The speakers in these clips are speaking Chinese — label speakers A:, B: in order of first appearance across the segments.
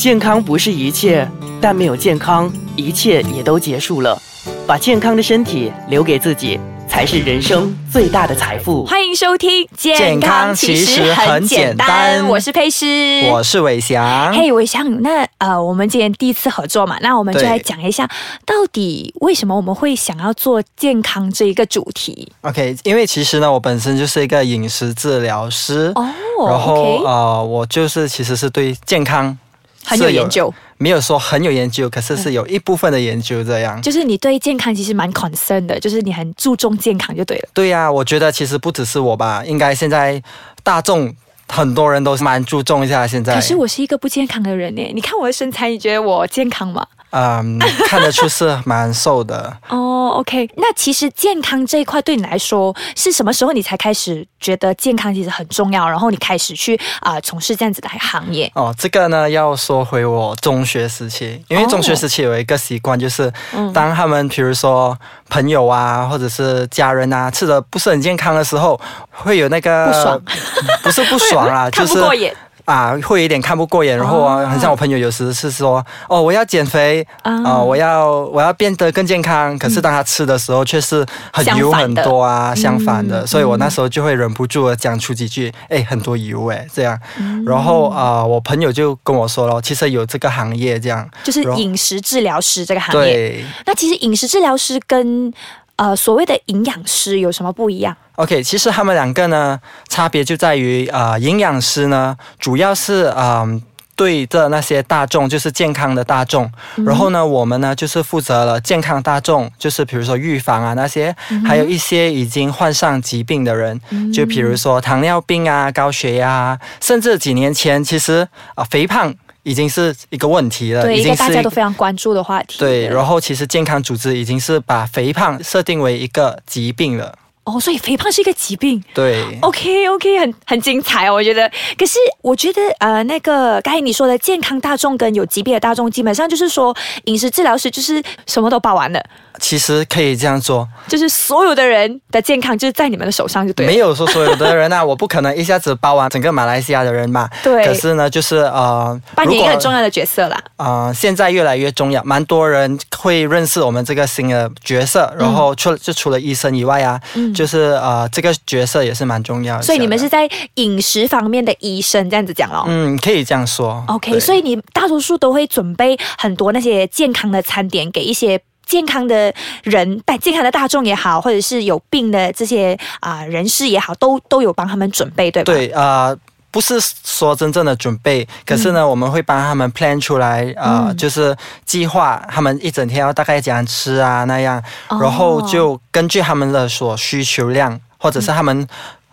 A: 健康不是一切，但没有健康，一切也都结束了。把健康的身体留给自己，才是人生最大的财富。
B: 欢迎收听《
C: 健康其实很简单
B: 我是佩诗，
C: 我是伟翔。
B: 嘿，伟翔，那呃，我们今天第一次合作嘛，那我们就
C: 对
B: 来讲一下，到底为什么我们会想要做健康这一个主题
C: OK，因为其实呢，我本身就是一个饮食治疗师，
B: 哦。
C: 然后
B: OK，
C: 呃，我就是其实是对健康
B: 很有
C: 是
B: 研究，嗯
C: 没有说很有研究，可是是有一部分的研究这样。
B: 就是你对健康其实蛮 concern 的，就是你很注重健康就对了。
C: 对呀、我觉得其实不只是我吧，应该现在大众很多人都是蛮注重一下现在。
B: 可是我是一个不健康的人呢，你看我的身材，你觉得我健康吗？
C: 嗯，看得出是蛮瘦的。
B: 哦、o k 那其实健康这一块对你来说，是什么时候你才开始觉得健康其实很重要，然后你开始去啊、从事这样子的行业？
C: 哦，这个呢要说回我中学时期，因为
B: 哦
C: 中学时期有一个习惯，就是
B: 嗯
C: 当他们比如说朋友啊，或者是家人啊，吃的不是很健康的时候，会有那个
B: 不爽，
C: 不是不 爽啦，
B: 看
C: 就
B: 不
C: 是
B: 过眼
C: 啊，会有一点看不过眼，然后啊，
B: 哦
C: 很像我朋友有时是说，哦，我要减肥，
B: 啊
C: 啊、我要我要变得更健康，可是当他吃的时候却是很
B: 相
C: 油
B: 反
C: 很
B: 的
C: 多啊，相反的，
B: 嗯
C: 所以我那时候就会忍不住的讲出几句，哎，很多油哎，这样，
B: 嗯
C: 然后啊、我朋友就跟我说了，其实有这个行业这样，
B: 就是
C: 然后
B: 饮食治疗师这个行业。
C: 对
B: 那其实饮食治疗师跟呃所谓的营养师有什么不一样？
C: ，OK，其实他们两个呢，差别就在于啊、营养师呢主要是啊。对着那些大众，就是健康的大众，
B: 嗯
C: 然后呢，我们呢就是负责了健康大众，就是比如说预防啊那些，
B: 嗯
C: 还有一些已经患上疾病的人，就比如说糖尿病啊、高血压、啊，甚至几年前其实啊、肥胖已经是一个问题了，
B: 对，
C: 呃已
B: 一个
C: 经
B: 大
C: 是
B: 家都非常关注的话题。
C: 对，然后其实健康组织已经是把肥胖设定为一个疾病了，
B: 哦，所以肥胖是一个疾病。
C: 对。
B: OK OK，很很精彩哦，我觉得。可是我觉得呃，那个刚才你说的健康大众跟有疾病的大众，基本上就是说饮食治疗师就是什么都包完了，
C: 其实可以这样做，
B: 就是所有的人的健康就是在你们的手上就对了。
C: 没有说所有 的人啊，我不可能一下子包完整个马来西亚的人嘛。
B: 对
C: 可是呢，就是呃，
B: 扮演一个很
C: 如果
B: 重要的角色啦。
C: 呃，现在越来越重要，蛮多人会认识我们这个新的角
B: 嗯
C: 色，然后除了就除了医生以外啊，就是呃，这个角色也是蛮重要的。
B: 所以你们是在饮食方面的医生这样子讲哦咯。
C: 嗯，可以这样说。
B: OK，
C: 对
B: 所以你大多数都会准备很多那些健康的餐点给一些。健康的人，但健康的大众也好，或者是有病的这些啊、人士也好，都都有帮他们准备，对吧？
C: 对呃。不是说真正的准备，可是呢，
B: 嗯
C: 我们会帮他们 plan 出来，呃，就是计划他们一整天要大概怎样吃啊那样，
B: 哦
C: 然后就根据他们的所需求量，或者是
B: 嗯
C: 他们、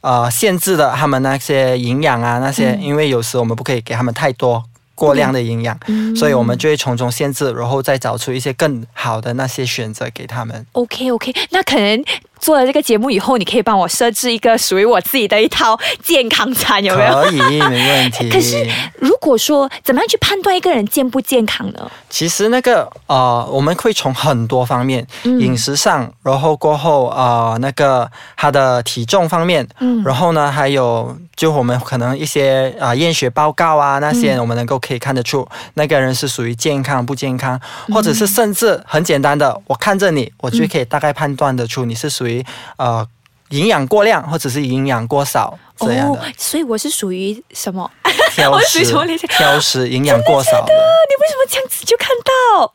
C: 呃限制的他们那些营养啊那
B: 嗯
C: 些，因为有时我们不可以给他们太多过量的营养，
B: 嗯
C: 所以我们就会从中限制，然后再找出一些更好的那些选择给他们。
B: OK OK，那可能做了这个节目以后，你可以帮我设置一个属于我自己的一套健康餐，有没有？
C: 可以，没问 题。
B: 可是如果说怎么样去判断一个人健不健康呢？
C: 其实那个呃，我们会从很多方面，
B: 嗯
C: 饮食上，然后过后呃，那个他的体重方面，
B: 嗯
C: 然后呢，还有就我们可能一些啊、呃验血报告啊那
B: 嗯
C: 些，我们能够可以看得出那个人是属于健康不健康，
B: 嗯
C: 或者是甚至很简单的，我看着你，我就可以大概判断得出你是属于呃营养过量或者是营养过少这样的、
B: 哦所以我是属于什么？啊
C: 挑
B: 哦 我
C: 食
B: 是从那些，
C: 挑食营养过少的。
B: 你为什么这样子就看到？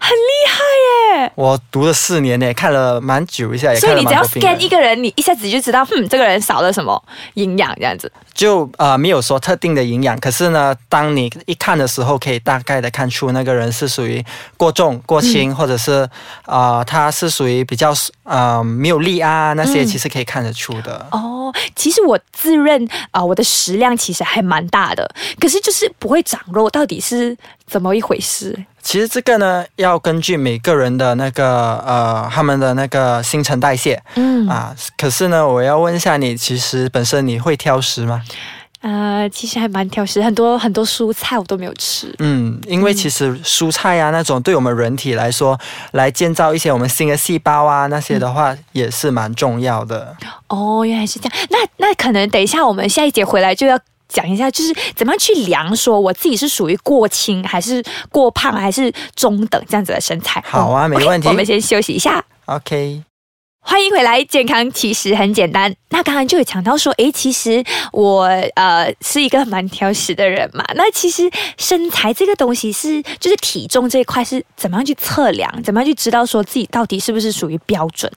B: 很厉害耶！
C: 我读了四年呢，看了蛮久一下，也
B: 所
C: 看
B: 以
C: 了
B: 你只要
C: 蛮多病
B: scan
C: 人
B: 一个人，你一下子就知道，嗯哼，这个人少了什么营养这样子。
C: 就呃没有说特定的营养，可是呢，当你一看的时候，可以大概的看出那个人是属于过重、过
B: 嗯
C: 轻，或者是呃他是属于比较呃没有力啊那
B: 嗯
C: 些，其实可以看得出的。
B: 哦，其实我自认啊、我的食量其实还蛮大的，可是就是不会长肉，到底是怎么一回事？
C: 其实这个呢，要根据每个人的那个呃他们的那个新陈代谢。
B: 嗯
C: 啊，可是呢，我要问一下你，其实本身你会挑食吗？
B: 呃，其实还蛮挑食，很多很多蔬菜我都没有吃。
C: 嗯，因为其实蔬菜啊那种对我们人体来说，来建造一些我们新的细胞啊那些的话，也是蛮重要的。
B: 哦，原来是这样。那那可能等一下我们下一节回来就要讲一下，就是怎么样去量，说我自己是属于过轻还是过胖还是中等这样子的身材？
C: 好啊
B: 嗯
C: 没问
B: OK，
C: 题
B: 我们先休息一下。
C: OK，
B: 欢迎回来，健康其实很简单。那刚刚就有讲到说，诶，其实我呃是一个蛮挑食的人嘛。那其实身材这个东西是，就是体重这一块是怎么样去测量，怎么样去知道说自己到底是不是属于标准？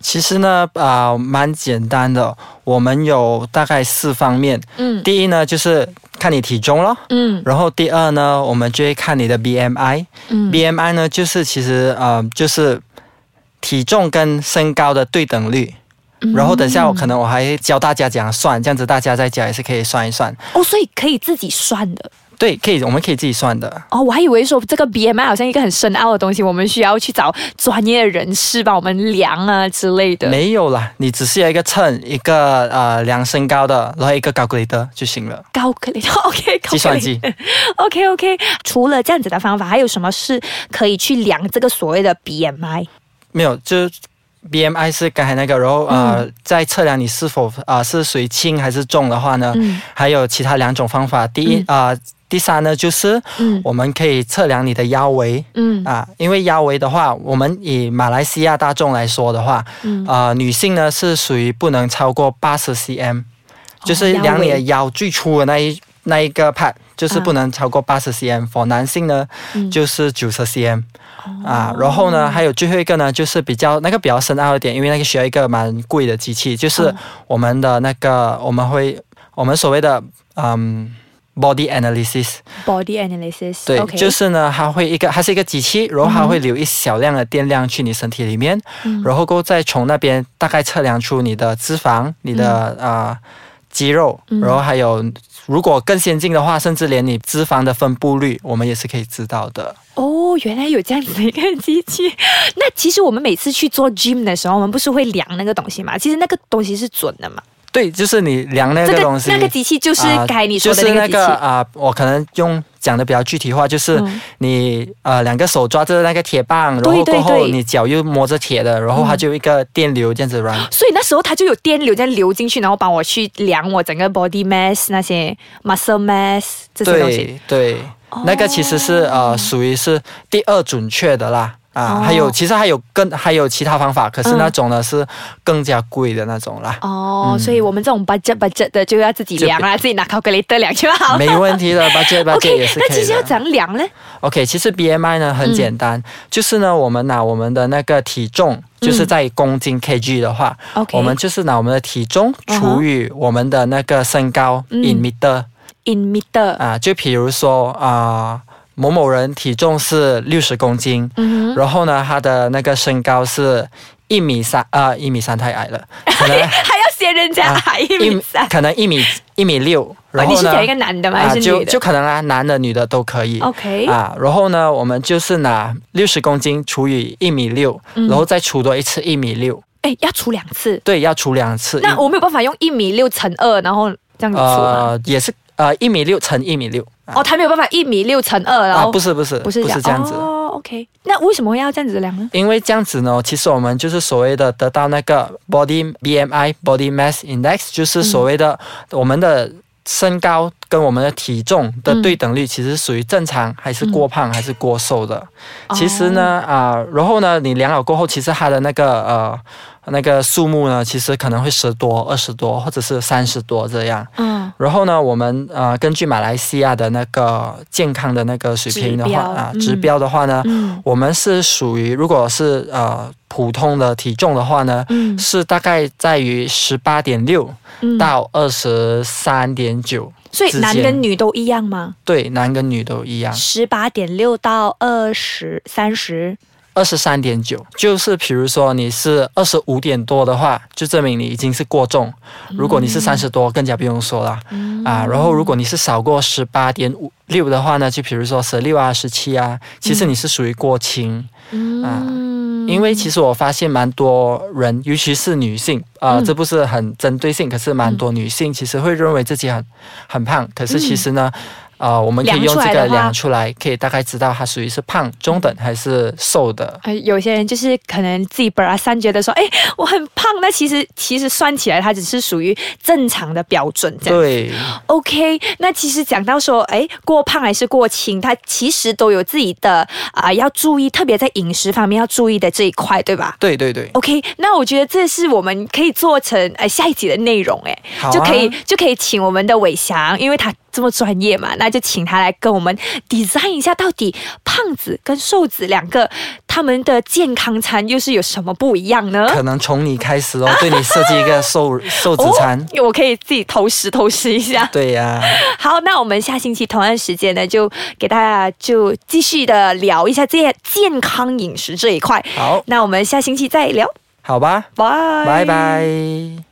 C: 其实呢，啊、蛮简单的，我们有大概四方面。
B: 嗯
C: 第一呢，就是看你体重咯。
B: 嗯
C: 然后第二呢，我们就会看你的 BMI。
B: 嗯
C: BMI 呢，就是其实呃，就是体重跟身高的对等率。
B: 嗯
C: 然后等下我可能我还教大家怎样算，这样子大家在家也是可以算一算。
B: 哦，所以可以自己算的
C: 对，可以，我们可以自己算的。
B: 哦。我还以为说这个 BMI 好像一个很深奥的东西，我们需要去找专业的人士帮我们量啊之类的。
C: 没有啦，你只是要一个秤，一个呃量身高的，然后一个高格雷的就行 了。
B: 高可能 OK，高
C: 计算
B: 可能
C: 机
B: OK OK，除了这样子的方法，还有什么是可以去量这个所谓的 BMI？
C: 没有，就是 BMI 是刚才那个，然后呃，
B: 嗯
C: 在测量你是否啊、呃是属于轻还是重的话呢，
B: 嗯
C: 还有其他两种方法。第一啊、呃第三呢就是
B: 嗯
C: 我们可以测量你的腰围。
B: 嗯
C: 啊，因为腰围的话，我们以马来西亚大众来说的话，
B: 嗯
C: 啊、女性呢是属于不能超过八十 cm，就是
B: 哦腰
C: 量你的
B: 围
C: 腰最粗的那一那一个 part，就是不能超过八十 cm。for 男性呢，
B: 啊嗯哦
C: 就是九十 cm。啊，然后呢，还有最后一个呢，就是比较那个比较深奥一点，因为那个需要一个蛮贵的机器，就是
B: 嗯
C: 我们的那个我们会我们所谓的嗯 body analysis，
B: body analysis，
C: 对
B: OK，
C: 就是呢，它会一个它是一个机器，然后它会留一小量的电量去你身体里面，
B: 嗯
C: 然后过后再从那边大概测量出你的脂肪、你的啊、呃肌肉，
B: 嗯
C: 然后还有如果更先进的话，甚至连你脂肪的分布率，我们也是可以知道的。
B: 哦，原来有这样子的一个机器。那其实我们每次去做 gym 的时候，我们不是会量那个东西嘛？其实那个东西是准的嘛？
C: 对，就是你量那
B: 这
C: 个东西，
B: 那个机器就是
C: 啊
B: 该你说的
C: 就是
B: 那
C: 那
B: 个机器。
C: 个啊、我可能用讲的比较具体化，就是
B: 嗯
C: 你、呃两个手抓着那个铁棒，然
B: 对
C: 后
B: 对
C: 过后
B: 对
C: 你脚又摸着铁的，然后它
B: 嗯
C: 就有一个电流这样子 run。
B: 所以那时候它就有电流在流进去，然后帮我去量我整个 body mass 那些 muscle mass 这些东西。哦
C: 对对，那个其实是呃属于是第二准确的啦。啊，还有，
B: 哦
C: 其实还有更还有其他方法，可是
B: 嗯
C: 那种呢、是更加贵的那种啦，
B: 哦，所以我们这种 budget budget 的就要自己量啊啦，自己拿考格雷德量就好了。
C: 没问题 的 budget budget
B: 哦 OK，
C: 也是
B: 那
C: 可
B: 其
C: 以
B: 实要嗯
C: 的。
B: 怎样量呢？
C: OK，其实 BMI 呢很简单，就是呢我们拿我们的那个体重，就是在公斤 kg 的话，
B: 嗯 OK
C: 我们就是拿我们的体重
B: 嗯哼
C: 除以我们的那个身高、
B: 嗯
C: in meter
B: in meter，
C: 啊，就比如说啊、某某人体重是六十公斤，
B: 嗯哼，
C: 然后呢，他的那个身高是一米三啊，一、米三太矮了，可能
B: 还要嫌人家矮 一米三。
C: 可能啊一米一米六，
B: 哦，
C: 然
B: 你
C: 后
B: 是
C: 呢，
B: 讲一个男的吗？还
C: 啊，
B: 是
C: 就
B: 女
C: 就
B: 的
C: 可能啊，男的女的都可以。
B: ？OK，
C: 啊，然后呢，我们就是拿六十公斤除以一米六、
B: 嗯
C: 然后再除多一次一米六，
B: 哎，要除两次，
C: 对，要除两次。
B: 那我没有办法用一米六乘二，然后这样子除啊吗？
C: 呃也是呃一米六乘一米六
B: 哦，他没有办法一米六乘二，然
C: 啊，
B: 后
C: 不是不是
B: 哦不是
C: 这样子。
B: 哦，OK，那为什么要这样子量呢？
C: 因为这样子呢，其实我们就是所谓的得到那个 body BMI body mass index，就是所谓的我们的身高跟我们的体重的对等率，其实属于正常还是过胖还是过瘦的。
B: 嗯
C: 其实呢，
B: 哦
C: 啊、然后呢，你量好过后，其实它的那个呃那个数目呢，其实可能会十多、二十多，或者是三十多这样。
B: 嗯，
C: 然后呢，我们呃根据马来西亚的那个健康的那个水平的
B: 指
C: 话
B: 标
C: 啊
B: 嗯
C: 指标的话呢，
B: 嗯
C: 我们是属于如果是呃普通的体重的话呢，
B: 嗯
C: 是大概在于十八点六
B: 嗯，
C: 到二十三点九，
B: 所以
C: 之
B: 男
C: 间啊
B: 跟女都一样吗？
C: 对，男跟女都一样，
B: 十八点六到二十三十，
C: 二十三点九，就是比如说你是二十五点多的话，就证明你已经是过重；
B: 嗯
C: 如果你是三十多，更加不用说了、啊。然后如果你是少过十八点五六的话呢，就比如说十六啊、十七啊，其实你是属于过轻。
B: 嗯，
C: 啊因为其实我发现蛮多人，尤其是女性，啊、
B: 嗯
C: 这不是很针对性，可是蛮多女性其实会认为自己很很胖，可是其实呢，呃，我们可以用这
B: 嗯量出来
C: 个
B: 的话
C: 量出来，可以大概知道它属于是胖、中等还是瘦的。
B: 呃，有些人就是可能自己本来三觉得说，哎，我很胖，那其实其实算起来，它只是属于正常的标准这样。
C: 对，
B: OK，那其实讲到说，哎，过胖还是过轻，它其实都有自己的啊、要注意，特别在饮食方面要注意的这一块，对吧？
C: 对对对，
B: OK，那我觉得这是我们可以做成呃下一集的内容，哎、
C: 好啊
B: 就可以就可以请我们的伟翔，因为他这么专业嘛，那就请他来跟我们 design 一下，到底胖子跟瘦子两个他们的健康餐又是有什么不一样呢？
C: 可能从你开始哦，对你设计一 个瘦瘦子餐。
B: 哦，我可以自己偷食偷食一下。
C: 对呀、
B: 好，那我们下星期同样时间呢，就给大家就继续的聊一下这些健康饮食这一块。
C: 好，
B: 那我们下星期再聊，
C: 好吧，
B: 拜
C: 拜拜。